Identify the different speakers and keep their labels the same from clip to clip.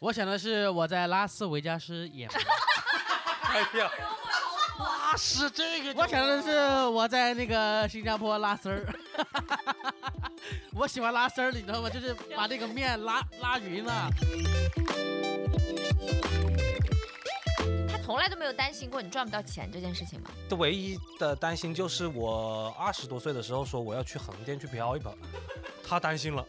Speaker 1: 我想的是我在拉斯维加斯演，
Speaker 2: 哎呀， 啊，是这个就。
Speaker 1: 我想的是我在那个新加坡拉丝儿。 我喜欢拉丝儿，你知道吗？就是把那个面拉 拉匀了。
Speaker 3: 他从来都没有担心过你赚不到钱这件事情吗？
Speaker 2: 这唯一的担心就是我二十多岁的时候说我要去横店去飘一飘，他担心了，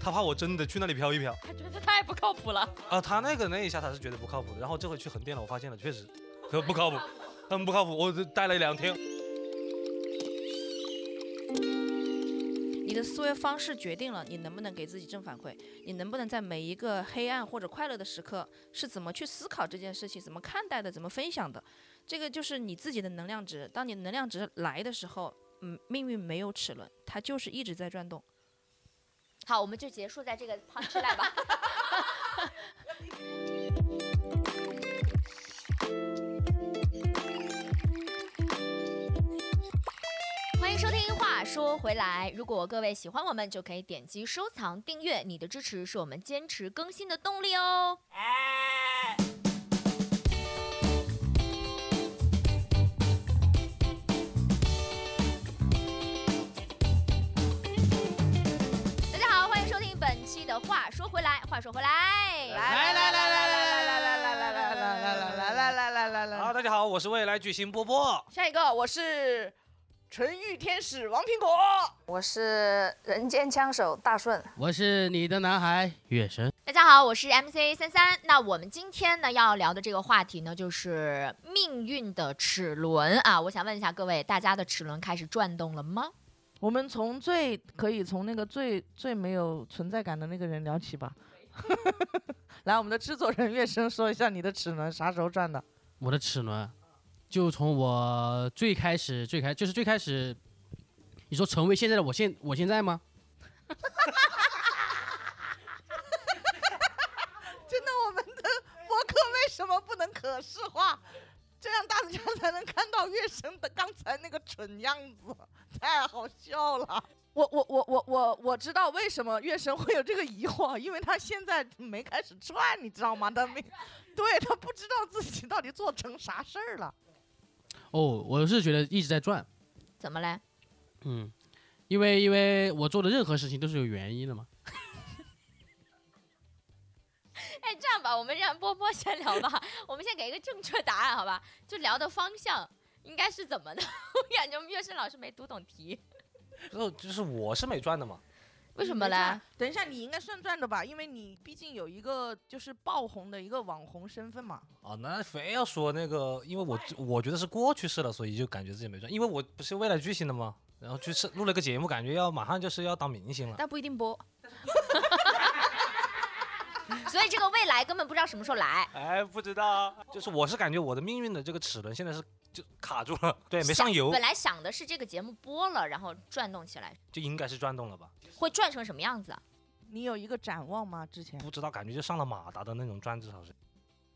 Speaker 2: 他怕我真的去那里飘一飘。
Speaker 3: 他觉得太不靠谱了。
Speaker 2: 啊，他那个那一下他是觉得不靠谱的，然后这回去横店了，我发现了确实可不靠谱，很不靠谱。我这待了两天，
Speaker 4: 你的思维方式决定了你能不能给自己正反馈，你能不能在每一个黑暗或者快乐的时刻是怎么去思考这件事情，怎么看待的，怎么分享的。这个就是你自己的能量值。当你能量值来的时候，嗯，命运没有齿轮，它就是一直在转动。
Speaker 3: 好，我们就结束在这个 punchline 吧。欢迎收听。话说回来，如果各位喜欢我们，就可以点击收藏、订阅。你的支持是我们坚持更新的动力哦。大家好，欢迎收听本期的《话说回来》，话说回来，
Speaker 1: 来来来来来来来来来来来来来来来。
Speaker 5: 来来来
Speaker 2: 啊，！大家好，我是未来巨星波波。
Speaker 5: 下一个我是纯欲天使王苹果。
Speaker 4: 我是人间枪手大顺，
Speaker 1: 我是你的男孩月神，
Speaker 3: 大家好，我是 MC 三三。那我们今天呢要聊的这个话题呢，就是命运的齿轮啊。我想问一下各位，大家的齿轮开始转动了吗？
Speaker 5: 我们从最可以从那个最最没有存在感的那个人聊起吧。 来，我们的制作人月生说一下你的齿轮啥时候转的？
Speaker 1: 我的齿轮，就从我最开始最开就是最开始，你说成为现在的我现我现在吗？
Speaker 5: 真的，我们的博客为什么不能可视化？这样大家才能看到月神的刚才那个蠢样子，太好笑了。我我我我我我知道为什么月神会有这个疑惑，因为他现在没开始转，你知道吗？他没，对他不知道自己到底做成啥事儿了。
Speaker 1: 哦，我是觉得一直在转，
Speaker 3: 怎么嘞？
Speaker 1: 嗯，因为因为我做的任何事情都是有原因的嘛。
Speaker 3: 哎，这样吧，我们让波波先聊吧。 我们先给一个正确答案，好吧？就聊的方向应该是怎么的？ 我感觉我们乐生老师没读懂题，
Speaker 2: 就是就是我是没赚的嘛，
Speaker 3: 为什么嘞？？
Speaker 5: 等一下，你应该算赚的吧，因为你毕竟有一个就是爆红的一个网红身份嘛。
Speaker 2: 啊，那非要说那个，因为我我觉得是过去式了，所以就感觉自己没赚，因为我不是未来巨星的吗？然后去是录了个节目，感觉要马上就是要当明星了。
Speaker 4: 但不一定播。
Speaker 3: 所以这个未来根本不知道什么时候来。
Speaker 2: 哎，不知道啊，就是我是感觉我的命运的这个齿轮现在是就卡住了，对，哎没上游
Speaker 3: 本来想的是这个节目播了，然后转动起来，
Speaker 2: 就应该是转动了吧？
Speaker 3: 会转成什么样子啊？
Speaker 5: 你有一个展望吗？之前？
Speaker 2: 不知道，感觉就上了马达的那种转，至少是。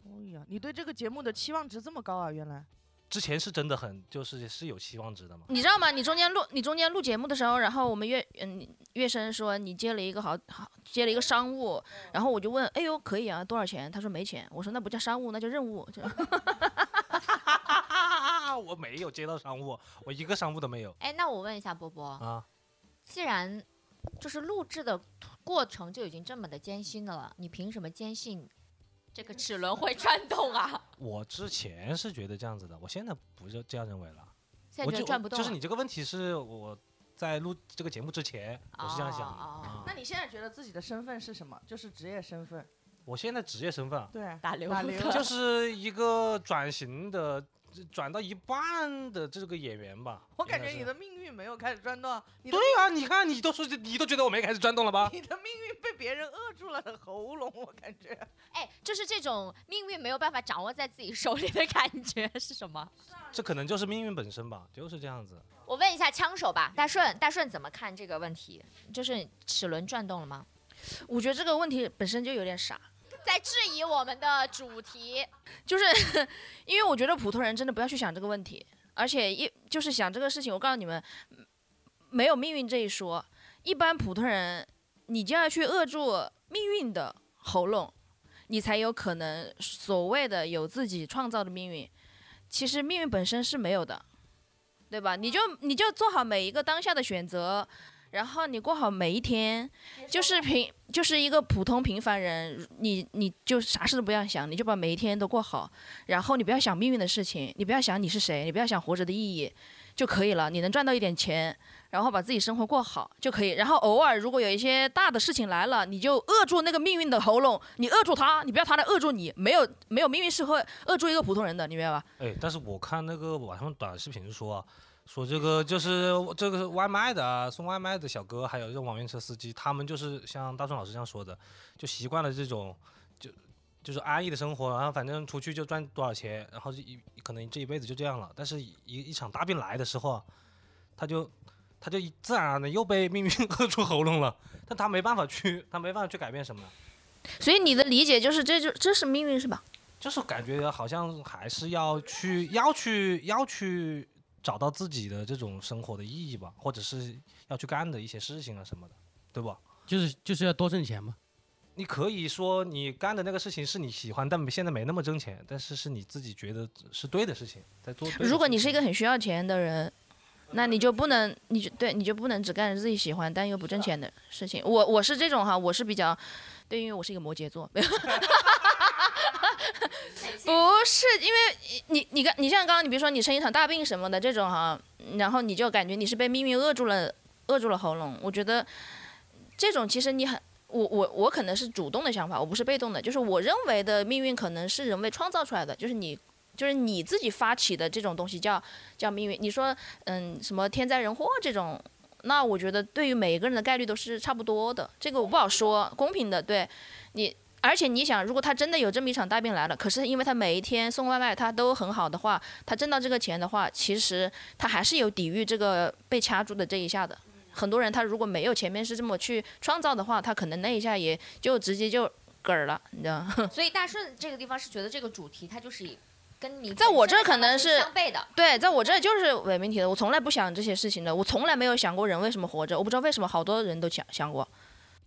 Speaker 5: 哎呀，你对这个节目的期望值这么高啊？原来
Speaker 2: 之前是真的很就是是有期望值的嘛，
Speaker 4: 你知道吗？你中间录你中间录节目的时候，然后我们月嗯月生说你接了一个好好接了一个商务，然后我就问，哎呦可以啊，多少钱？他说没钱。我说那不叫商务，那叫任务。这
Speaker 2: 啊，我没有接到商务，我一个商务都没有
Speaker 3: 哎，那我问一下波波，
Speaker 2: 啊。
Speaker 3: 既然就是录制的过程就已经这么的艰辛的了，你凭什么坚信这个齿轮会转动啊？
Speaker 2: 我之前是觉得这样子的，我现在不是这样认为了。
Speaker 3: 现
Speaker 2: 我
Speaker 3: 在觉
Speaker 2: 就
Speaker 3: 得转不动
Speaker 2: 就
Speaker 3: 了，
Speaker 2: 是你这个问题是我在录这个节目之前，我是这样想的。
Speaker 3: 哦哦
Speaker 2: 啊
Speaker 5: 那你现在觉得自己的身份是什么？就是职业身份。
Speaker 2: 我现在职业身份啊
Speaker 5: 对，
Speaker 3: 打流
Speaker 5: 打 流
Speaker 2: 就是一个转型的，转到一半的这个演员吧。
Speaker 5: 我感
Speaker 2: 应
Speaker 5: 觉
Speaker 2: 该是
Speaker 5: 你的命运没有开始转动，你的
Speaker 2: 对啊，你看你都说你都觉得我没开始转动了 吧？
Speaker 5: 你的命运被别人扼住了喉咙，我感觉。
Speaker 3: 哎，就是这种命运没有办法掌握在自己手里的感觉是什么？
Speaker 2: 这可能就是命运本身吧，就是这样子。
Speaker 3: 我问一下枪手吧，大顺，大顺怎么看这个问题？就是齿轮转动了吗？
Speaker 4: 我觉得这个问题本身就有点傻，
Speaker 3: 在质疑我们的主题，
Speaker 4: 就是 因为我觉得普通人真的不要去想这个问题，而且一就是想这个事情，我告诉你们，嗯没有命运这一说，一般普通人你就要去扼住命运的喉咙，你才有可能所谓的有自己创造的命运。其实命运本身是没有的，对吧？你就你就做好每一个当下的选择，然后你过好每一天，就是平就是一个普通平凡人，你你就啥事都不要想，你就把每一天都过好，然后你不要想命运的事情，你不要想你是谁，你不要想活着的意义就可以了。你能赚到一点钱，然后把自己生活过好就可以。然后偶尔如果有一些大的事情来了，你就扼住那个命运的喉咙，你扼住它，你不要它来扼住你。没有没有命运是会扼住一个普通人的，你明白吧？
Speaker 2: 哎，但是我看那个网上短视频说啊，说这个就是这个是外卖的啊，送外卖的小哥，还有这种网约车司机，他们就是像大壮老师这样说的，就习惯了这种就就是安逸的生活，然后反正出去就赚多少钱，然后就一可能这一辈子就这样了。但是一一场大病来的时候啊，他就他就一自然而然的又被命运 扼住喉咙了，但他没办法去，他没办法去改变什么，
Speaker 4: 所以你的理解就是这就这是命运是吧？
Speaker 2: 就是感觉好像还是要去要去要去找到自己的这种生活的意义吧，或者是要去干的一些事情啊什么的，对吧？
Speaker 1: 就是就是要多挣钱嘛。
Speaker 2: 你可以说你干的那个事情是你喜欢，但现在没那么挣钱，但是是你自己觉得是对的事情，在做对的事情。
Speaker 4: 如果你是一个很需要钱的人，那你就不能，你就对，你就不能只干自己喜欢但又不
Speaker 2: 啊
Speaker 4: 挣钱的事情。我我是这种哈，我是比较，对，因为我是一个摩羯座， 没有不是因为你你看你像刚刚你比如说你生一场大病什么的这种哈，然后你就感觉你是被命运扼住了扼住了喉咙。我觉得这种其实你很。我我我可能是主动的想法，我不是被动的，就是我认为的命运可能是人为创造出来的，就是你就是你自己发起的这种东西叫叫命运。你说，嗯，什么天灾人祸这种，那我觉得对于每一个人的概率都是差不多的，这个我不好说，公平的。对你，而且你想，如果他真的有这么一场大病来了，可是因为他每一天送外卖他都很好的话，他挣到这个钱的话，其实他还是有抵御这个被掐住的这一下的。很多人他如果没有前面是这么去创造的话，他可能那一下也就直接就嗝儿了，你知道 吗？
Speaker 3: 所以大顺这个地方是觉得这个主题它就是以跟你
Speaker 4: 在我
Speaker 3: 本身
Speaker 4: 这可
Speaker 3: 的
Speaker 4: 能
Speaker 3: 话
Speaker 4: 是
Speaker 3: 相悖的。
Speaker 4: 对，在我这儿就是伪命题的，我从来不想这些事情的，我从来没有想过人为什么活着，我不知道为什么好多人都想想过。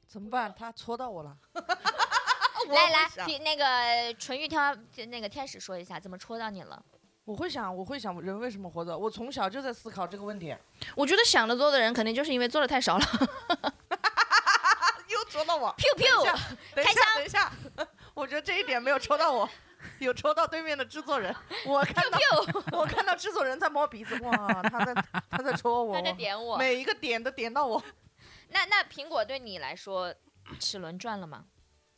Speaker 5: 怎么办？他戳到我了。我
Speaker 3: 来
Speaker 5: 会
Speaker 3: 来，
Speaker 5: 想
Speaker 3: 比那个纯欲天花那个天使说一下，怎么戳到你了？
Speaker 5: 我会想，我会想人为什么活着？我从小就在思考这个问题，
Speaker 4: 我觉得想得多的人，肯定就是因为做的太少了。
Speaker 5: 又戳到我。
Speaker 3: ，biu
Speaker 5: 等一
Speaker 3: biu，
Speaker 5: 下，等一下，等一下，我觉得这一点没有戳到我， 有戳到对面的制作人。我看到，我看到制作人在摸鼻子，哇，他在他在戳我
Speaker 3: 他，在点我。
Speaker 5: 每一个点都点到我。
Speaker 3: 那那苹果对你来说，齿轮转了吗？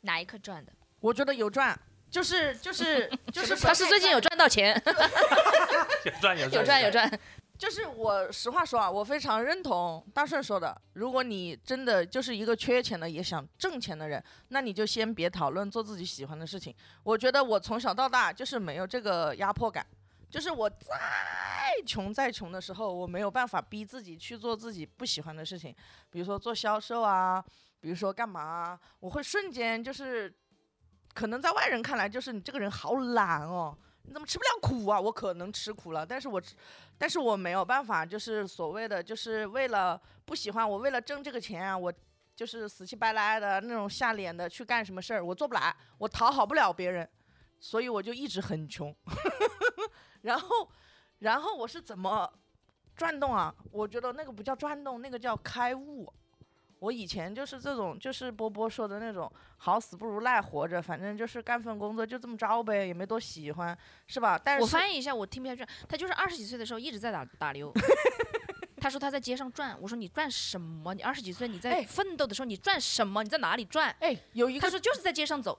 Speaker 3: 哪一刻转的？
Speaker 5: 我觉得有赚，就是 就是就是
Speaker 4: 他是最近有赚到钱，
Speaker 2: 有赚有
Speaker 4: 有赚有，赚。
Speaker 5: 就是我实话说啊，我非常认同大顺说的。如果你真的就是一个缺钱的也想挣钱的人，那你就先别讨论做自己喜欢的事情。我觉得我从小到大就是没有这个压迫感，就是我再穷再穷的时候，我没有办法逼自己去做自己不喜欢的事情，比如说做销售啊，比如说干嘛、啊，我会瞬间就是，可能在外人看来就是你这个人好懒哦。你怎么吃不了苦啊？我可能吃苦了，但是我但是我没有办法，就是所谓的，就是为了不喜欢我，为了挣这个钱啊，我就是死乞白赖的那种下脸的去干什么事儿，我做不来，我讨好不了别人，所以我就一直很穷。 然后，然后我是怎么转动啊？我觉得那个不叫转动，那个叫开悟。我以前就是这种，就是波波说的那种，好死不如赖活着，反正就是干份工作就这么着呗，也没多喜欢，是吧？但是
Speaker 4: 我翻译一下，我听不下去。他就是二十几岁的时候一直在打打溜。 他说他在街上转，我说你转什么？你二十几岁你在
Speaker 5: 哎
Speaker 4: 奋斗的时候你转什么？你在哪里转？
Speaker 5: 哎，有一
Speaker 4: 他
Speaker 5: 个
Speaker 4: 说就是在街上走，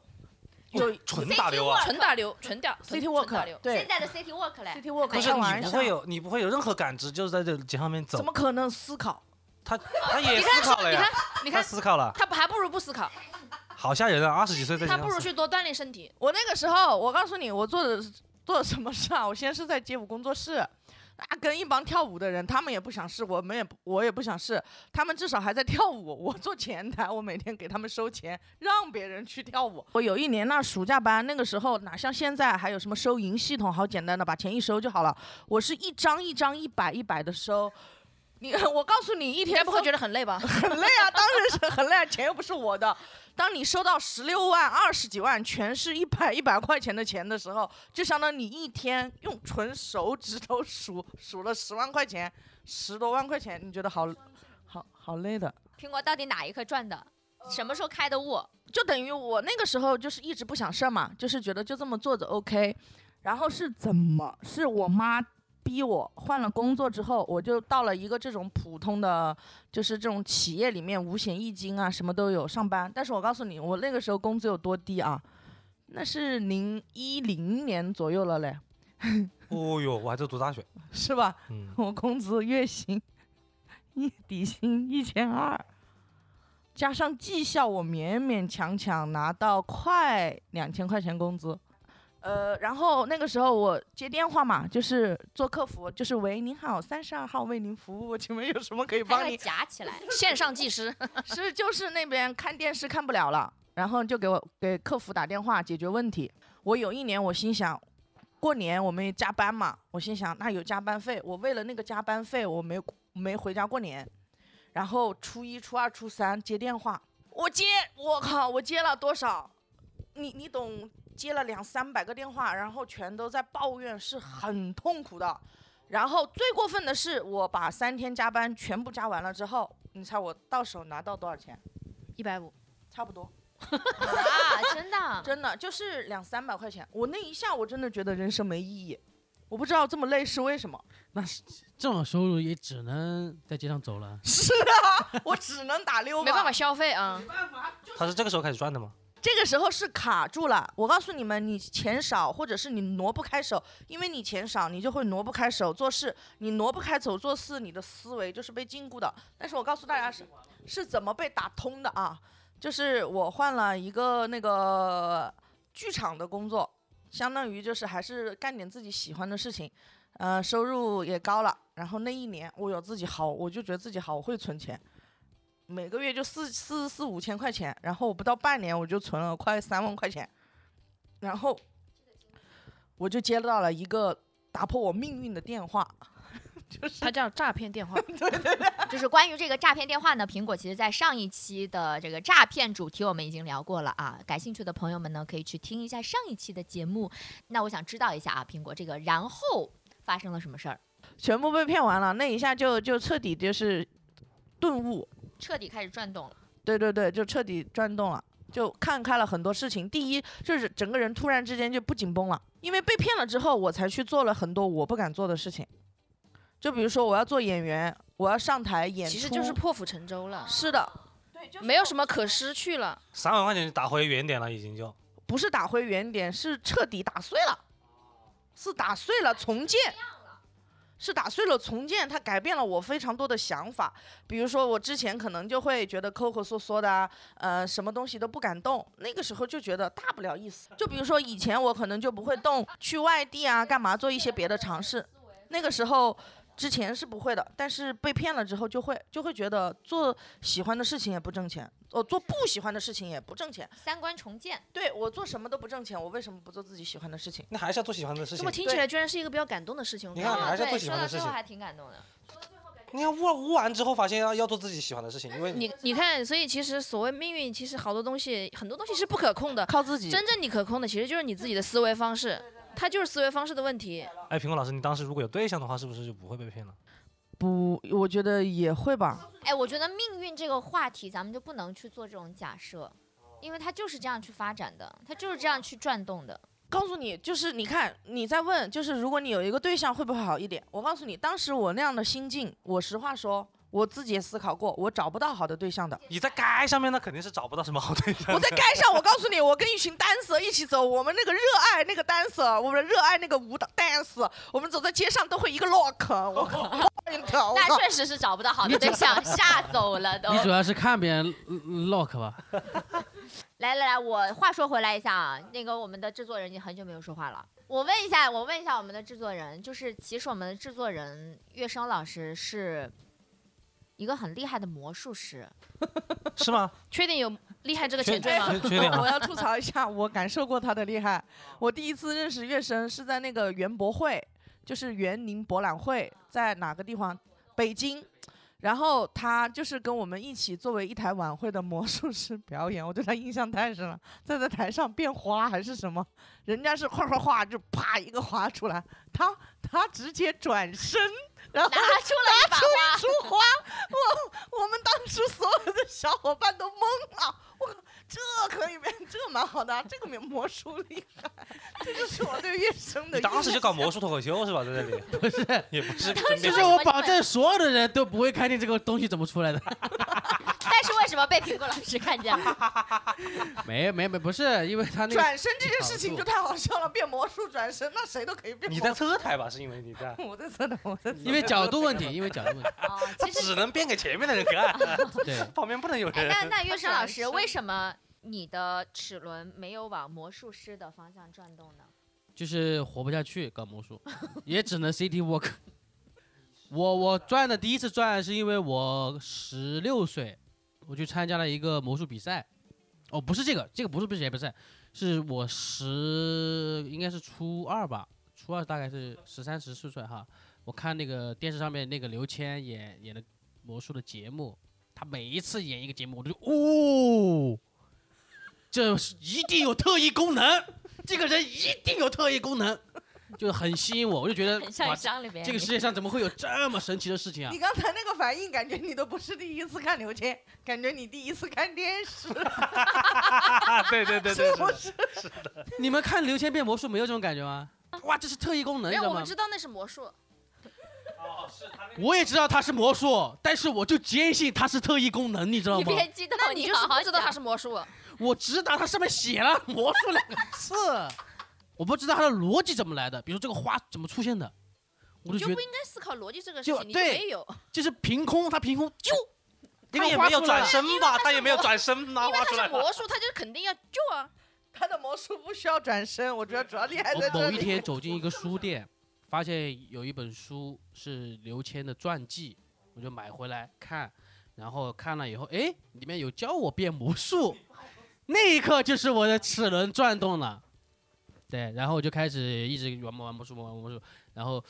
Speaker 5: 有
Speaker 2: 纯打溜啊！
Speaker 4: 纯打溜，纯屌纯
Speaker 5: City
Speaker 4: 纯打
Speaker 5: Walk
Speaker 4: 溜。
Speaker 5: 对
Speaker 3: 现在的 City Walk 嘞？
Speaker 5: City Walk
Speaker 2: 不是
Speaker 5: 开玩
Speaker 2: 你不
Speaker 5: 笑
Speaker 2: 会，有你不会有任何感知，就是在这街上面走
Speaker 5: 怎，么可能思考？
Speaker 2: 他他也
Speaker 4: 你
Speaker 2: 思
Speaker 4: 看
Speaker 2: 考了
Speaker 4: 你
Speaker 2: 呀
Speaker 4: 看，你
Speaker 2: 他
Speaker 4: 看，
Speaker 2: 思考了，
Speaker 4: 他还不如不思考，
Speaker 2: 好吓人啊！二十几岁在街
Speaker 4: 他
Speaker 2: 上
Speaker 4: 不如
Speaker 2: 走
Speaker 4: 去多锻炼身体。
Speaker 5: 我那个时候，我告诉你，我做的是做的什么事啊？我先是在街舞工作室，啊，跟一帮跳舞的人，他们也不想试，我们也不我也不想试，他们至少还在跳舞，我做前台，我每天给他们收钱，让别人去跳舞。我有一年那暑假班，那个时候哪像现在还有什么收银系统，好简单的，把钱一收就好了。我是一张一张、一百一百的收。你我告诉你，一
Speaker 4: 你
Speaker 5: 天
Speaker 4: 该不会
Speaker 5: 收
Speaker 4: 觉得很累吧？
Speaker 5: 很累啊，当然是很累、啊，钱又不是我的。当你收到十六万、二十几万，全是一百一百块钱的钱的时候，就相当于你一天用纯手指头数数了十万块钱，十多万块钱，你觉得好好好累的。
Speaker 3: 苹果到底哪一刻赚的？什么时候开的悟？
Speaker 5: 就等于我那个时候就是一直不想事儿嘛，就是觉得就这么做着 OK。然后是怎么？是我妈逼我换了工作之后，我就到了一个这种普通的，就是这种企业里面五险一金啊，什么都有上班。但是我告诉你，我那个时候工资有多低啊？那是零一零年左右了嘞，
Speaker 2: 哦哟，我还在读大学，
Speaker 5: 是吧？
Speaker 2: 嗯，
Speaker 5: 我工资月薪一底薪一千二，加上绩效，我勉勉强强拿到快两千块钱工资。呃，然后那个时候我接电话嘛，就是做客服，就是喂，您好，三十二号为您服务，请问有什么可以
Speaker 3: 还
Speaker 5: 帮
Speaker 3: 会
Speaker 5: 您？
Speaker 3: 夹起 来，线上技师。
Speaker 5: 是就是那边看电视看不了了，然后就给我给客服打电话解决问题。我有一年我心想，过年我们也加班嘛，我心想那有加班费，我为了那个加班费我没没回家过年，然后初一、初二、初三接电话，我接，我靠，我接了多少？你你懂，接了两三百个电话，然后全都在抱怨，是很痛苦的。然后最过分的是，我把三天加班全部加完了之后，你猜我到手拿到多少钱？
Speaker 4: 一百五，
Speaker 5: 差不多，
Speaker 3: 啊，真的，
Speaker 5: 真的就是两三百块钱。我那一下，我真的觉得人生没意义。我不知道这么累是为什么。
Speaker 1: 那是这种收入也只能在街上走了。
Speaker 5: 是啊，我只能打溜
Speaker 3: 没办
Speaker 5: 法
Speaker 3: 法消费啊。
Speaker 2: 他是这个时候开始赚的吗？
Speaker 5: 这个时候是卡住了。我告诉你们，你钱少，或者是你挪不开手，因为你钱少，你就会挪不开手做事。你挪不开手做事，你的思维就是被禁锢的。但是我告诉大家是是怎么被打通的啊？就是我换了一个那个剧场的工作，相当于就是还是干点自己喜欢的事情，呃，收入也高了。然后那一年我有自己好，我就觉得自己好，我会存钱。每个月就四四四五千块钱，然后我不到半年我就存了快三万块钱，然后我就接到了一个打破我命运的电话，
Speaker 4: 它叫诈骗电话，
Speaker 3: 就是关于这个诈骗电话呢，苹果其实在上一期的这个诈骗主题我们已经聊过了啊，感兴趣的朋友们呢可以去听一下上一期的节目。那我想知道一下啊，苹果这个然后发生了什么事儿，
Speaker 5: 全部被骗完了，那一下就就彻底就是顿悟，
Speaker 3: 彻底开始转动了。
Speaker 5: 对对对，就彻底转动了，就看开了很多事情。第一就是整个人突然之间就不紧绷了，因为被骗了之后，我才去做了很多我不敢做的事情，就比如说我要做演员，我要上台演出，
Speaker 4: 其实就是破釜沉舟了，
Speaker 5: 是的，
Speaker 4: 没有什么可失去了。
Speaker 2: 三万块钱就打回原点了，已经就
Speaker 5: 不是打回原点，是彻底打碎了，是打碎了重建。是打碎了重建，它改变了我非常多的想法。比如说，我之前可能就会觉得抠抠缩缩的啊，呃，什么东西都不敢动。那个时候就觉得大不了一死。就比如说以前我可能就不会动，去外地啊，干嘛做一些别的尝试。那个时候之前是不会的，但是被骗了之后就会就会觉得做喜欢的事情也不挣钱，我、做不喜欢的事情也不挣钱。
Speaker 3: 三观重建，
Speaker 5: 对我做什么都不挣钱，我为什么不做自己喜欢的事情？
Speaker 2: 那还是要做喜欢的事
Speaker 4: 这
Speaker 2: 情
Speaker 4: 么。听起来居然是一个比较感动的事情。我
Speaker 2: 你
Speaker 4: 觉
Speaker 2: 看
Speaker 4: 得
Speaker 2: 还是
Speaker 3: 哦对，
Speaker 2: 最喜
Speaker 3: 说
Speaker 2: 欢的
Speaker 3: 到
Speaker 2: 事
Speaker 3: 最后
Speaker 2: 情
Speaker 3: 还挺感动的。
Speaker 2: 你看悟悟完之后，发现要要做自己喜欢的事情，因为
Speaker 4: 你你看，所以其实所谓命运，其实好多东西，很多东西是不可控的。
Speaker 5: 靠自己
Speaker 4: 真正你可控的，其实就是你自己的思维方式，它就是思维方式的问题。
Speaker 2: 哎，苹果老师，你当时如果有对象的话，是不是就不会被骗了？
Speaker 5: 不，我觉得也会吧。
Speaker 3: 哎，我觉得命运这个话题，咱们就不能去做这种假设，因为它就是这样去发展的，它就是这样去转动的。
Speaker 5: 告诉你，就是你看你在问，就是如果你有一个对象会不会好一点？我告诉你，当时我那样的心境，我实话说，我自己也思考过，我找不到好的对 象的。
Speaker 2: 你在该上面那肯定是找不到什么好对象
Speaker 5: 我。在街上，我告诉你，我跟一群单 a 一起走，我们那个热爱那个单 a 我们热爱那个舞蹈 dance，我们走在街上都会一个 lock，我靠 point，我
Speaker 3: 那
Speaker 5: 靠，
Speaker 3: 确实是找不到好的对象，吓走了都
Speaker 1: 你。主要是看别人 lock 吧？
Speaker 3: 来来来，我话说回来一下啊，那个我们的制作人已经很久没有说话了。我问一下，我问一下我们的制作人，就是其实我们的制作人月生老师是一个很厉害的魔术师，
Speaker 2: 是吗？
Speaker 4: 确定有厉害这个
Speaker 2: 确
Speaker 4: 前缀吗？
Speaker 2: 确确定啊
Speaker 5: 我要吐槽一下，我感受过他的厉害。我第一次认识月生是在那个园博会，就是园林博览会，在哪个地方？北京。然后他就是跟我们一起作为一台晚会的魔术师表演，我对他印象太深了。他在台上变花还是什么，人家是哗哗哗就啪一个花出来，他他直接转身，然后
Speaker 3: 拿出了一 把花，
Speaker 5: 出花，我我们当时所有的小伙伴都懵了，我靠，这可以变，这蛮好的啊，这个没魔术厉害，这就是我对乐声
Speaker 2: 你
Speaker 5: 的印象。
Speaker 2: 当时就搞魔术脱口秀是吧？在这里
Speaker 1: 不是，
Speaker 2: 也不是
Speaker 3: 当
Speaker 2: 真
Speaker 1: 就
Speaker 2: 变
Speaker 1: 是
Speaker 3: 时
Speaker 1: 我保证所有的人都不会看见这个东西怎么出来的。
Speaker 3: 但是为什么被苹果老师看见 了？
Speaker 1: 没没没，不是，因为他那个
Speaker 5: 转身这件事情就太好笑了，变魔术转身，那谁都可以变魔
Speaker 2: 你
Speaker 5: 术。，
Speaker 2: 在侧台吧？是因为你在
Speaker 5: 我在这的，我在这
Speaker 1: 因为角度问题，因为角度问题。
Speaker 3: 哦，
Speaker 2: 他
Speaker 3: 其实
Speaker 2: 只能变给前面的人看，
Speaker 1: 对，
Speaker 2: 旁边不能有
Speaker 3: 哎，
Speaker 2: 人。
Speaker 3: 那那月生老师，
Speaker 5: 转身
Speaker 3: 为什么你的齿轮没有往魔术师的方向转动呢？
Speaker 1: 就是活不下去，搞魔术，也只能 CT walk。我我转的第一次转是因为我十六岁，我去参加了一个魔术比赛。哦，不是这个，这个不是比赛比赛，是我十应该是初二吧，初二大概是十三十四岁哈。我看那个电视上面那个刘谦演演的魔术的节目，他每一次演一个节目，我都哦，这是一定有特异功能。这个人一定有特异功能，就是很吸引我，我就觉得
Speaker 3: 很像
Speaker 1: 哇，
Speaker 3: 张里边
Speaker 1: 这个世界上怎么会有这么神奇的事情啊
Speaker 5: 你？刚才那个反应，感觉你都不是第一次看刘谦，感觉你第一次看电视，
Speaker 2: 啊，对对对对，
Speaker 5: 是不
Speaker 2: 是
Speaker 5: 是？
Speaker 1: 你们看刘谦变魔术没有这种感觉吗？哇，这是特异功能，你知
Speaker 4: 没有，
Speaker 1: 道
Speaker 4: 我
Speaker 1: 吗
Speaker 4: 们？知道那是魔术，
Speaker 1: 我也知道他是魔术，但是我就坚信他是特异功能，你知道
Speaker 3: 你
Speaker 1: 吗？
Speaker 3: 别激动，
Speaker 4: 那你就是
Speaker 3: 好好
Speaker 4: 不知道
Speaker 3: 讲
Speaker 4: 它是魔术。
Speaker 1: 我知道他上面写了“魔术”两个字，我不知道他的逻辑怎么来的，比如这个花怎么出现的，我
Speaker 4: 你
Speaker 1: 就
Speaker 4: 就
Speaker 1: 觉
Speaker 4: 不
Speaker 1: 得
Speaker 4: 应该思考逻辑这个事
Speaker 1: 就
Speaker 4: 情，你就
Speaker 1: 对
Speaker 4: 没有，
Speaker 1: 就是凭空，他凭空就，
Speaker 2: 他也
Speaker 1: 花
Speaker 2: 没有
Speaker 1: 出来
Speaker 2: 转
Speaker 1: 了
Speaker 2: 身吧？他也没有转身拿
Speaker 4: 因为
Speaker 2: 花
Speaker 4: 它
Speaker 2: 出
Speaker 4: 是
Speaker 2: 来。
Speaker 4: 魔术，它就肯定要救啊。
Speaker 5: 他的魔术不需要转身，我觉得主要厉害在
Speaker 1: 我
Speaker 5: 这
Speaker 1: 某一
Speaker 5: 里。
Speaker 1: 天走进一个书店，发现有一本书是刘谦的传记，我就买回来看，然后看了以后，诶，里面有教我变魔术，那一刻就是我的齿轮转动了，对，然后我就开始一直玩玩魔术，玩魔术，然后，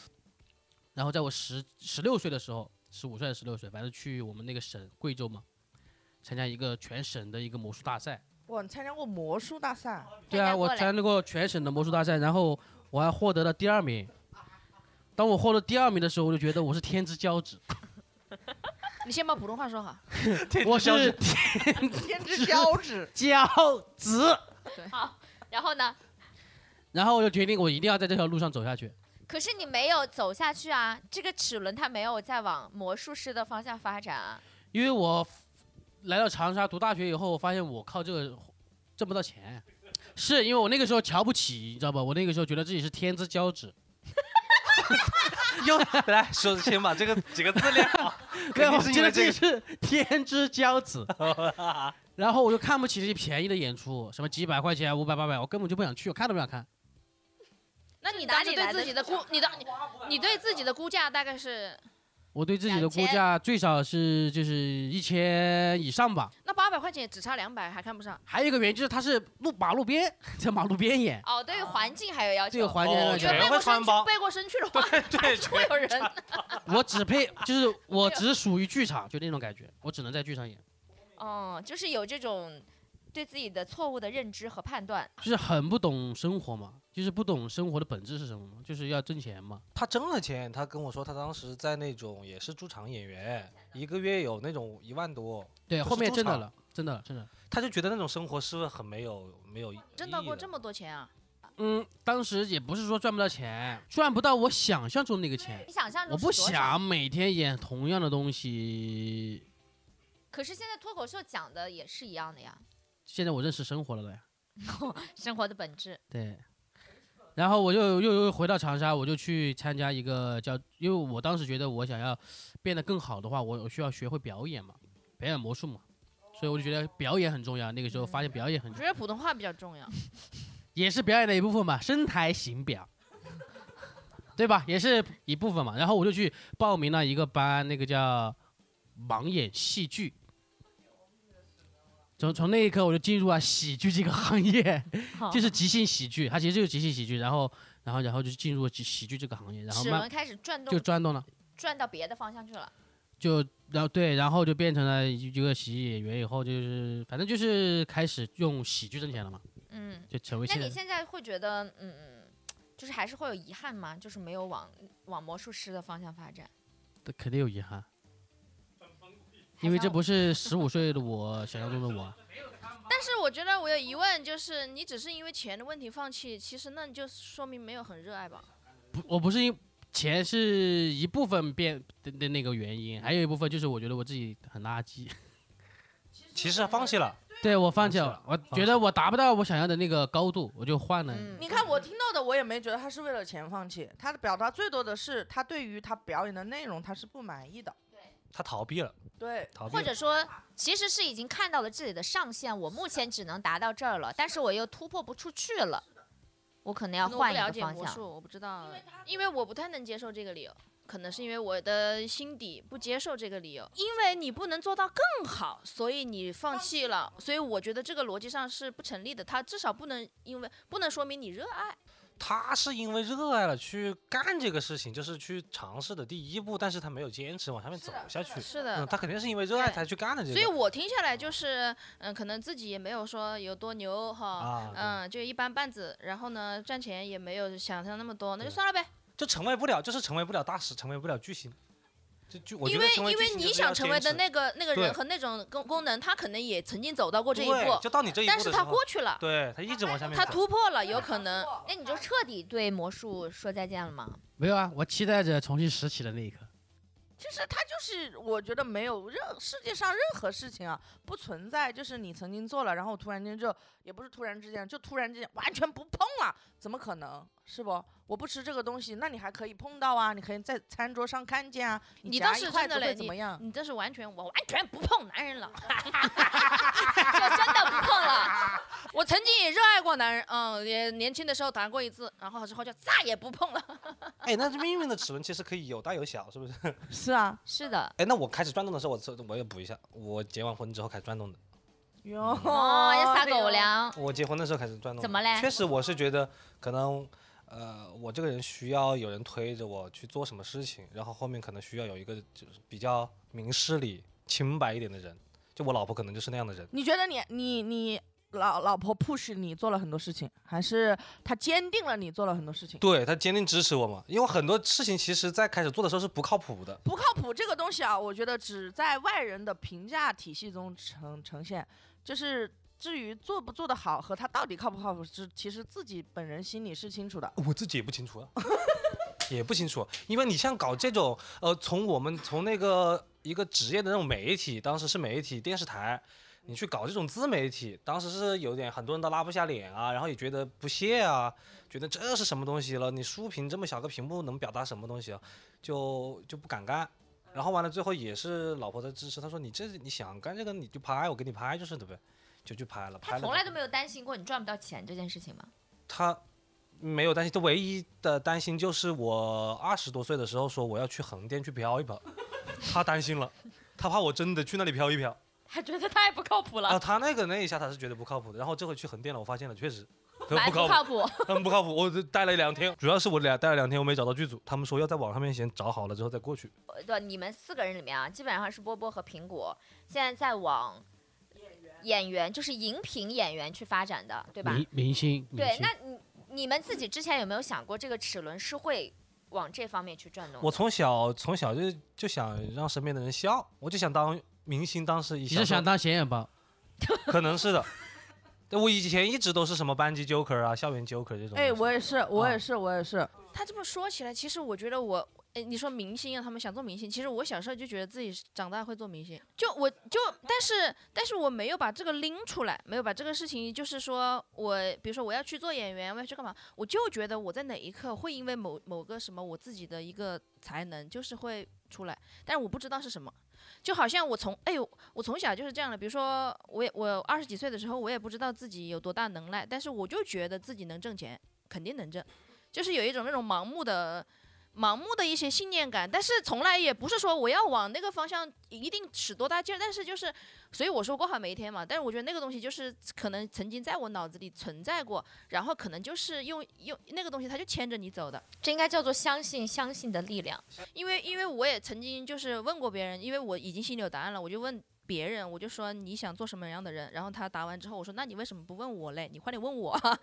Speaker 1: 然后在我十十六岁的时候，十五岁还是十六岁，反正去我们那个省贵州嘛，参加一个全省的一个魔术大赛。
Speaker 5: 哇，你参加过魔术大 赛？
Speaker 1: 对
Speaker 3: 参
Speaker 1: 啊，
Speaker 3: 加
Speaker 1: 我
Speaker 3: 过嘞
Speaker 1: 参加过全省的魔术大赛，然后我还获得了第二名。当我获得第二名的时候，我就觉得我是天之骄 子，
Speaker 4: 你先把普通话说好。
Speaker 1: 我是，
Speaker 5: 天之骄子
Speaker 1: 骄子。
Speaker 3: 好，然后呢？
Speaker 1: 然后我就决定，我一定要在这条路上走下去。
Speaker 3: 可是你没有走下去啊，这个齿轮它没有再往魔术师的方向发展啊。
Speaker 1: 因为我来到长沙读大学以后，我发现我靠这个挣不到钱，是因为我那个时候瞧不起，你知道吧？我那个时候觉得自己是天之骄子，
Speaker 2: 又 来说，先把这个几个字练好。
Speaker 1: 对，
Speaker 2: 肯定
Speaker 1: 我
Speaker 2: 是
Speaker 1: 觉
Speaker 2: 因
Speaker 1: 得
Speaker 2: 为这
Speaker 1: 自己
Speaker 2: 个
Speaker 1: 是 天之骄子，然后我就看不起这些便宜的演出，什么几百块钱、五百、八百，我根本就不想去，我看都不想看。
Speaker 4: 那你
Speaker 3: 哪
Speaker 4: 当
Speaker 3: 里
Speaker 4: 时
Speaker 3: 来
Speaker 4: 对
Speaker 3: 的
Speaker 4: 自己的估，你的你你对自己的估价大概是
Speaker 1: 我对自己的估
Speaker 3: 2000
Speaker 1: 价最少是就是一千以上吧。
Speaker 4: 那八百块钱也只差两百，还看不上。
Speaker 1: 还有一个原因就是他是路马路边， 在马路边演，
Speaker 3: 哦，对于环境还有要
Speaker 1: 这个
Speaker 3: 求。
Speaker 1: 啊环节很
Speaker 2: 哦
Speaker 4: 因
Speaker 1: 有
Speaker 4: 为
Speaker 2: 全
Speaker 1: 钱
Speaker 4: 背
Speaker 2: 会
Speaker 4: 过
Speaker 2: 穿
Speaker 4: 身去
Speaker 2: 帮，
Speaker 4: 背过身 去的话，
Speaker 2: 对，
Speaker 4: 会有人。
Speaker 1: 我只配就是我只属于剧场，就那种感觉，我只能在剧场演，
Speaker 3: 哦，就是有这种对自己的错误的认知和判断。
Speaker 1: 就是很不懂生活嘛，就是不懂生活的本质是什么嘛，就是要挣钱嘛。
Speaker 2: 他挣了钱，他跟我说，他当时在那种也是驻场演员，一个月有那种一万多，
Speaker 1: 对，
Speaker 2: 就是
Speaker 1: 后面
Speaker 2: 中
Speaker 1: 真的
Speaker 2: 场
Speaker 1: 了，真的了，真的了。
Speaker 2: 他就觉得那种生活是很没有没有意义的。
Speaker 4: 挣到过这么多钱啊？
Speaker 1: 嗯，当时也不是说赚不到钱，赚不到我想象中那个钱
Speaker 3: 你。想象中
Speaker 1: 我
Speaker 3: 是
Speaker 1: 不
Speaker 3: 多少
Speaker 1: 想每天演同样的东西。
Speaker 3: 可是现在脱口秀讲的也是一样的呀，
Speaker 1: 现在我认识生活了呀，
Speaker 3: 生活的本质。
Speaker 1: 对。然后我就又又回到长沙，我就去参加一个叫，因为我当时觉得我想要变得更好的话，我我需要学会表演嘛，表演魔术嘛，所以我就觉得表演很重要。那个时候发现表演很
Speaker 4: 我
Speaker 1: 重
Speaker 4: 觉
Speaker 1: 要，
Speaker 4: 得普通话比较重要。
Speaker 1: 也是表演的一部分嘛，身台形表， 对吧？也是一部分嘛。然后我就去报名了一个班，那个叫盲眼戏剧。从从那一刻我就进入了喜剧这个行业，就是即兴喜剧，它其实就是即兴喜剧，然后然后然后就进入了喜喜剧这个行业，然后
Speaker 3: 齿
Speaker 1: 慢
Speaker 3: 轮开始转
Speaker 1: 就
Speaker 3: 动，
Speaker 1: 转动了，
Speaker 3: 转到别的方向去了。
Speaker 1: 就然后对，然后就变成了一个喜剧演员，以后就是反正就是开始用喜剧挣钱了嘛，
Speaker 3: 嗯，
Speaker 1: 就成为
Speaker 3: 那
Speaker 1: 现在
Speaker 3: 你现在会觉得，嗯嗯，就是还是会有遗憾吗？就是没有往往魔术师的方向发展。
Speaker 1: 的肯定有遗憾，因为这不是十五岁的我想象中的我。 啊
Speaker 4: 但是我觉得我有疑问，就是你只是因为钱的问题放弃，其实那你就说明没有很热爱吧？
Speaker 1: 不，我不是因钱是一部分变的的那个原因，还有一部分就是我觉得我自己很垃圾，
Speaker 2: 其实放弃了，
Speaker 1: 对我放弃
Speaker 2: 弃
Speaker 1: 了
Speaker 2: 了，
Speaker 1: 我
Speaker 2: 放
Speaker 1: 觉
Speaker 2: 弃
Speaker 1: 得我达不到我想要的那个高度，我就换了。
Speaker 3: 嗯，
Speaker 5: 你看我听到的，我也没觉得他是为了钱放弃，他的表达最多的是他对于他表演的内容他是不满意的。
Speaker 2: 他逃避了，
Speaker 5: 对，
Speaker 2: 逃避
Speaker 3: 或
Speaker 2: 了。
Speaker 3: 者说，其实是已经看到了自己的上限，我目前只能达到这儿了，但是我又突破不出去了，我可能要
Speaker 4: 可能我不
Speaker 3: 换一
Speaker 4: 了
Speaker 3: 个
Speaker 4: 解
Speaker 3: 方
Speaker 4: 魔
Speaker 3: 向。
Speaker 4: 术，我不知道，因为我不太能接受这个理由，可能是因为我的心底不接受这个理由，因为你不能做到更好，所以你放弃了，所以我觉得这个逻辑上是不成立的，它至少不能因为不能说明你热爱。
Speaker 2: 他是因为热爱了去干这个事情，就是去尝试的第一步，但是他没有坚持往下面走下去。
Speaker 4: 是
Speaker 2: 嗯，
Speaker 4: 的。
Speaker 2: 他肯定是因为热爱
Speaker 4: 对
Speaker 2: 才去干的这个。
Speaker 4: 所以我听下来就是，嗯，可能自己也没有说有多牛哈，
Speaker 2: 啊，对
Speaker 4: 嗯，就一般般子，然后呢，赚钱也没有想象那么多，那就
Speaker 2: 对
Speaker 4: 算了呗。
Speaker 2: 就成为不了，就是成为不了大师，成为不了巨星。就就我觉
Speaker 4: 因
Speaker 2: 得
Speaker 4: 为
Speaker 2: 成
Speaker 4: 因
Speaker 2: 巨
Speaker 4: 为
Speaker 2: 星
Speaker 4: 你
Speaker 2: 就是
Speaker 4: 想
Speaker 2: 要
Speaker 4: 成为的
Speaker 2: 坚持
Speaker 4: 那个那个
Speaker 2: 对
Speaker 4: 人和那种功功能，他可能也曾经走到过这一
Speaker 2: 对
Speaker 4: 步，
Speaker 2: 就到你这一步
Speaker 4: 但
Speaker 2: 的
Speaker 4: 是
Speaker 2: 时
Speaker 4: 他
Speaker 2: 候
Speaker 4: 过去了，
Speaker 2: 对他一直往下面
Speaker 4: 他
Speaker 2: 走
Speaker 4: 突破了，有可能。
Speaker 3: 那你就彻底对魔术说再见了吗？
Speaker 1: 没有啊，我期待着重新拾起的那一刻。
Speaker 5: 其实他就是我觉得没有任世界上任何事情啊，不存在就是你曾经做了，然后突然间就也不是突然之间，就突然之间完全不碰了，怎么可能是不？我不吃这个东西，那你还可以碰到啊，你可以在餐桌上看见啊，
Speaker 4: 你
Speaker 5: 夹
Speaker 4: 倒
Speaker 5: 一
Speaker 4: 是
Speaker 5: 筷
Speaker 4: 真的
Speaker 5: 子
Speaker 4: 嘞
Speaker 5: 会怎么样？
Speaker 4: 你这是完全我完全不碰男人了，
Speaker 3: 就真的不碰了。
Speaker 4: 我曾经也热爱过男人，嗯，也年轻的时候谈过一次，然后之后就再也不碰了。
Speaker 2: 哎，那这命运的齿轮其实可以有大有小，是不是？
Speaker 5: 是啊，
Speaker 3: 是的，
Speaker 2: 哎，那我开始转动的时候，我这我也补一下，我结完婚之后开始转动的。
Speaker 5: 哟，啊
Speaker 3: 哦，要 撒狗粮。
Speaker 2: 我结婚的时候开始转动的。
Speaker 3: 怎
Speaker 4: 哎
Speaker 3: 么嘞
Speaker 2: 确实，我是觉得可能，呃，我这个人需要有人推着我去做什么事情，然后后面可能需要有一个就是比较明事理、清白一点的人。就我老婆可能就是那样的人，
Speaker 5: 你觉得你你你老老婆 push 你做了很多事情，还是她坚定了你做了很多事情？
Speaker 2: 对她坚定支持我嘛，因为很多事情其实在开始做的时候是不靠谱的。
Speaker 5: 不靠谱这个东西啊，我觉得只在外人的评价体系中呈呈现，就是至于做不做得好和他到底靠不靠谱，是其实自己本人心里是清楚的。
Speaker 2: 我自己也不清楚啊， 也不清楚，因为你像搞这种，呃，从我们从那个一个职业的那种媒体，当时是媒体电视台，你去搞这种自媒体，当时是有点很多人都拉不下脸啊，然后也觉得不屑啊，觉得这是什么东西了？你竖屏这么小个屏幕能表达什么东西啊？就就不敢干。然后完了，最后也是老婆在支持，她说你这你想干这个你就拍，我给你拍就是对不对？就去拍了，拍
Speaker 3: 他
Speaker 2: 了
Speaker 3: 从来都没有担心过你赚不到钱这件事情吗？
Speaker 2: 他没有担心，他唯一的担心就是我二十多岁的时候说我要去横店去飘一飘，他担心了，他怕我真的去那里飘一飘。
Speaker 3: 他觉得太不靠谱
Speaker 2: 啊，
Speaker 3: 了，
Speaker 2: 他那个那一下他是觉得不靠谱的，然后这回去横店了，我发现了确实很
Speaker 3: 蛮
Speaker 2: 不靠
Speaker 3: 不
Speaker 2: 谱，
Speaker 3: 靠谱。
Speaker 2: 很不靠谱。我这待了两天，主要是我俩待了两天，我没找到剧组，他们说要在网上面先找好了之后再过去。
Speaker 3: 呃对，你们四个人里面啊，基本上是波波和苹果，现在在往演员，就是荧屏演员去发展的，对吧？
Speaker 2: 嗯
Speaker 1: 明明星，明
Speaker 3: 对，
Speaker 1: 星
Speaker 3: 那你你们自己之前有没有想过，这个齿轮是会往这方面去转动的？
Speaker 2: 我从小从小就就想让身边的人笑，我就想当明星，当时一
Speaker 1: 你是
Speaker 2: 想
Speaker 1: 想当显眼包？
Speaker 2: 可能是的。 对我以前一直都是什么班级 joker 啊、校园 joker 这种东西。
Speaker 5: 哎，我也是，我也
Speaker 2: 啊
Speaker 5: 是，我也是。
Speaker 4: 他这么说起来，其实我觉得我，哎，你说明星啊，他们想做明星，其实我小时候就觉得自己长大会做明星，就我就，但是但是我没有把这个拎出来，没有把这个事情，就是说我，比如说我要去做演员，我要去干嘛，我就觉得我在哪一刻会因为某某个什么我自己的一个才能，就是会出来，但是我不知道是什么。就好像我从哎呦，我从小就是这样的。比如说，我也我二十几岁的时候，我也不知道自己有多大能耐，但是我就觉得自己能挣钱，肯定能挣。就是有一种那种盲目的盲目的一些信念感，但是从来也不是说我要往那个方向一定使多大劲儿，但是就是，所以我说过好每一天嘛，但是我觉得那个东西就是可能曾经在我脑子里存在过，然后可能就是用用那个东西它就牵着你走的，
Speaker 3: 这应该叫做相信相信的力 量。
Speaker 4: 因为因为我也曾经就是问过别人，因为我已经心里有答案了，我就问别人，我就说你想做什么样的人，然后他答完之后，我说那你为什么不问我嘞？你快点问我啊。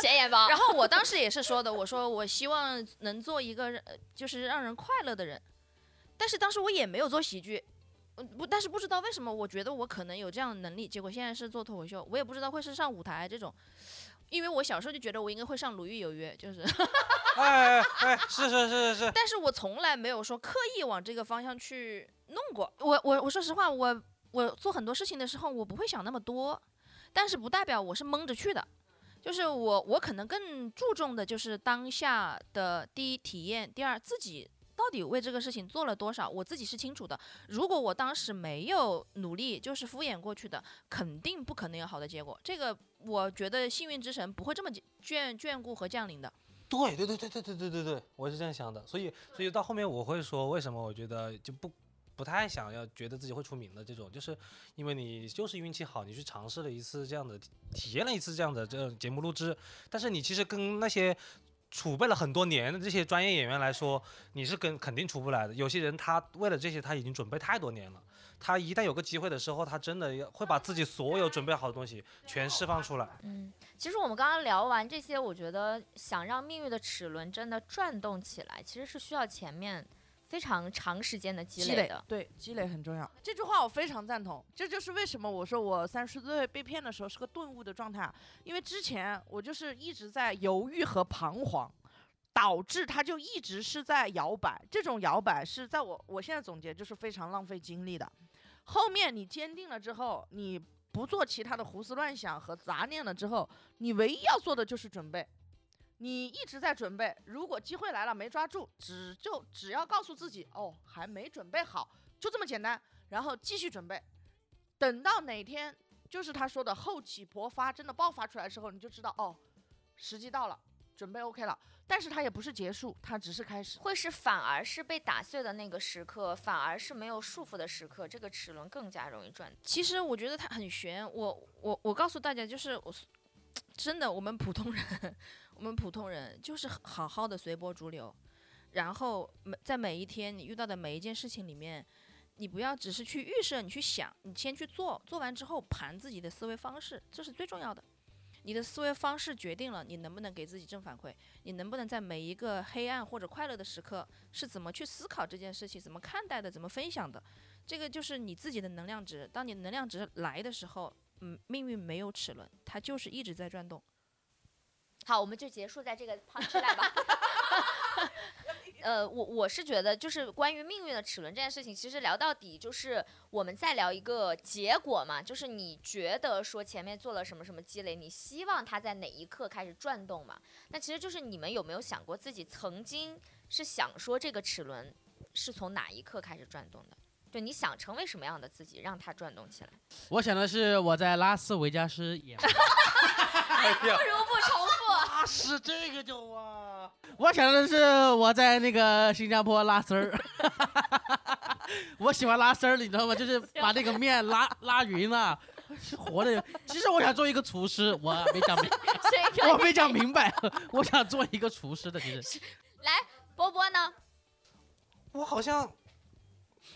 Speaker 3: 显眼包，
Speaker 4: 然后我当时也是说的，我说我希望能做一个呃就是让人快乐的人，但是当时我也没有做喜剧，嗯不，但是不知道为什么，我觉得我可能有这样的能力，结果现在是做脱口秀，我也不知道会是上舞台这种，因为我小时候就觉得我应该会上《鲁豫有约》，就是，
Speaker 2: 哎哎哎，是是是是 是，
Speaker 4: 但是我从来没有说刻意往这个方向去弄过。我我我说实话，我我做很多事情的时候，我不会想那么多，但是不代表我是蒙着去的。就是我，我可能更注重的就是当下的第一体验，第二自己到底为这个事情做了多少，我自己是清楚的。如果我当时没有努力，就是敷衍过去的，肯定不可能有好的结果。这个我觉得幸运之神不会这么眷眷顾和降临的。
Speaker 2: 对对对对对对对对对，我是这样想的，所以所以到后面我会说，为什么我觉得就不不太想要觉得自己会出名的这种，就是因为你就是运气好，你去尝试了一次这样的，体体验了一次这样的这种节目录制，但是你其实跟那些。储备了很多年的这些专业演员来说，你是跟肯定出不来的。有些人他为了这些他已经准备太多年了，他一旦有个机会的时候，他真的要会把自己所有准备好的东西全释放出来。
Speaker 3: 嗯，其实我们刚刚聊完这些，我觉得想让命运的齿轮真的转动起来，其实是需要前面非常长时间的积累的。
Speaker 5: 对，积累很重要。这句话我非常赞同，这就是为什么我说我三十岁被骗的时候是个顿悟的状态，啊因为之前我就是一直在犹豫和彷徨，导致它就一直是在摇摆。这种摇摆是在我我现在总结就是非常浪费精力的。后面你坚定了之后，你不做其他的胡思乱想和杂念了之后，你唯一要做的就是准备。你一直在准备，如果机会来了没抓住，只就只要告诉自己哦，还没准备好，就这么简单，然后继续准备，等到哪天就是他说的厚起薄发，真的爆发出来之后，你就知道哦，时机到了，准备 OK 了。但是它也不是结束，它只是开始。
Speaker 3: 会是反而是被打碎的那个时刻，反而是没有束缚的时刻，这个齿轮更加容易转。
Speaker 4: 其实我觉得它很悬，我我我告诉大家，就是我真的，我们普通人，我们普通人就是好好的随波逐流，然后每在每一天你遇到的每一件事情里面，你不要只是去预设，你去想，你先去做，做完之后盘自己的思维方式，这是最重要的。你的思维方式决定了你能不能给自己正反馈，你能不能在每一个黑暗或者快乐的时刻是怎么去思考这件事情，怎么看待的，怎么分享的。这个就是你自己的能量值。当你能量值来的时候，嗯，命运没有齿轮，它就是一直在转动。
Speaker 3: 好，我们就结束在这个 punchline 吧。 呃，我我是觉得，就是关于命运的齿轮这件事情，其实聊到底就是我们在聊一个结果嘛，就是你觉得说前面做了什么什么积累，你希望它在哪一刻开始转动嘛？那其实就是你们有没有想过自己曾经是想说这个齿轮是从哪一刻开始转动的？就你想成为什么样的自己，让它转动起来？
Speaker 1: 我想的是我在拉斯维加斯演，
Speaker 2: 哎呀，
Speaker 3: 如 不重复，
Speaker 1: 啊是这个就
Speaker 2: 啊
Speaker 1: 哇！我想的是我在那个新加坡拉丝儿， 我喜欢拉丝儿，你知道吗？就是把那个面拉 拉匀了，是活的。其实我想做一个厨师，我没讲 明，
Speaker 3: 这个
Speaker 1: 我没讲明白，我想做一个厨师的，其实
Speaker 3: 来，波波呢？
Speaker 2: 我好像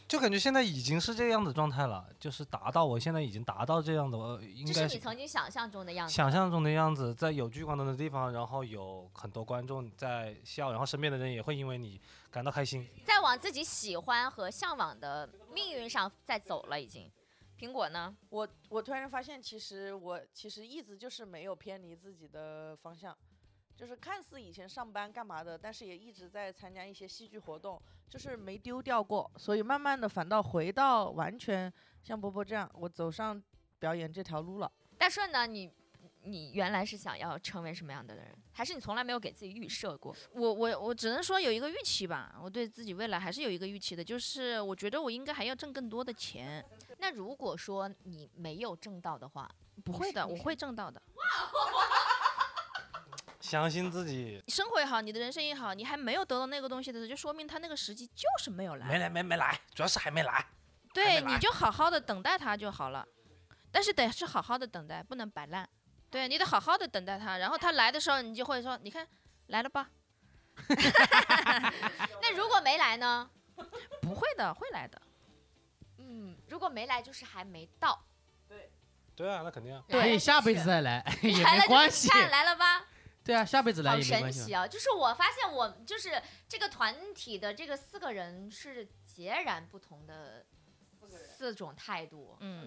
Speaker 2: 就感觉现在已经是这样的状态了，就是达到我现在已经达到这样的，呃应
Speaker 3: 这
Speaker 2: 该
Speaker 3: 是你
Speaker 2: 是
Speaker 3: 曾经想象中的样子。
Speaker 2: 想象中的样子，在有聚光灯的地方，然后有很多观众在笑，然后身边的人也会因为你感到开心。
Speaker 3: 再往自己喜欢和向往的命运上再走了，已经。苹果呢？
Speaker 5: 我我突然发现，其实我其实一直就是没有偏离自己的方向，就是看似以前上班干嘛的，但是也一直在参加一些戏剧活动，就是没丢掉过，所以慢慢的反倒回到完全像波波这样，我走上表演这条路了。
Speaker 3: 大顺呢？你你原来是想要成为什么样的人？还是你从来没有给自己预设过？
Speaker 4: 我我我只能说有一个预期吧，我对自己未来还是有一个预期的，就是我觉得我应该还要挣更多的钱，
Speaker 3: 那如果说你没有挣到的话，
Speaker 4: 不会的，
Speaker 3: 你
Speaker 4: 我
Speaker 3: 是
Speaker 4: 会挣到的。
Speaker 2: 相信自己，
Speaker 4: 生活也好，你的人生也好，你还没有得到那个东西的时候，就说明他那个时机就是没有来。
Speaker 2: 没来没没来，主要是还没来。
Speaker 4: 对，
Speaker 2: 没来
Speaker 4: 你就好好的等待他就好了，但是得是好好的等待，不能摆烂。对，你得好好的等待他，然后他来的时候，你就会说，你看来了吧，
Speaker 3: 那如果没来呢？
Speaker 4: 不会的，会来的。
Speaker 3: 嗯，如果没来就是还没到，
Speaker 2: 对啊，那肯定啊。
Speaker 1: 可以哎下辈子再来也没关系。
Speaker 3: 看来了吧？
Speaker 1: 对啊，下辈子来
Speaker 3: 好
Speaker 1: 也没
Speaker 3: 神
Speaker 1: 关系
Speaker 3: 奇
Speaker 1: 嘛。
Speaker 3: 啊！就是我发现我就是这个团体的这个四个人是截然不同的四种态度，
Speaker 4: 嗯，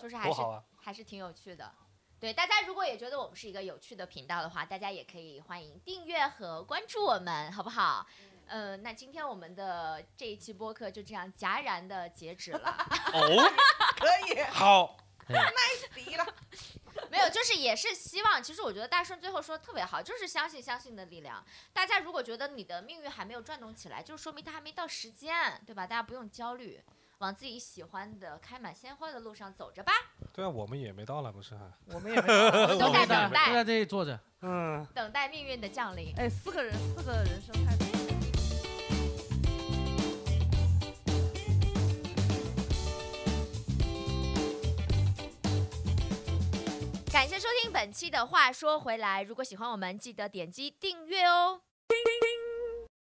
Speaker 3: 就是还
Speaker 2: 多
Speaker 3: 是
Speaker 2: 好啊！
Speaker 3: 还是挺有趣的。对大家，如果也觉得我们是一个有趣的频道的话，大家也可以欢迎订阅和关注我们，好不好？嗯、那今天我们的这一期播客就这样戛然的截止了。
Speaker 2: 哦，
Speaker 5: 可以
Speaker 2: 好，
Speaker 5: 离了。
Speaker 3: 没有，就是也是希望。其实我觉得大顺最后说得特别好，就是相信相信的力量。大家如果觉得你的命运还没有转动起来，就说明它还没到时间，对吧？大家不用焦虑，往自己喜欢的开满鲜花的路上走着吧。
Speaker 2: 对啊，我们也没到了，不是啊还？
Speaker 5: 我们也没有。
Speaker 3: 都在
Speaker 1: 都在
Speaker 3: 等待，
Speaker 1: 这里坐着。
Speaker 2: 嗯，
Speaker 3: 等待命运的降临。
Speaker 5: 哎，四个人，四个人生态度。
Speaker 3: 感谢收听本期的。话说回来，如果喜欢我们，记得点击订阅哦。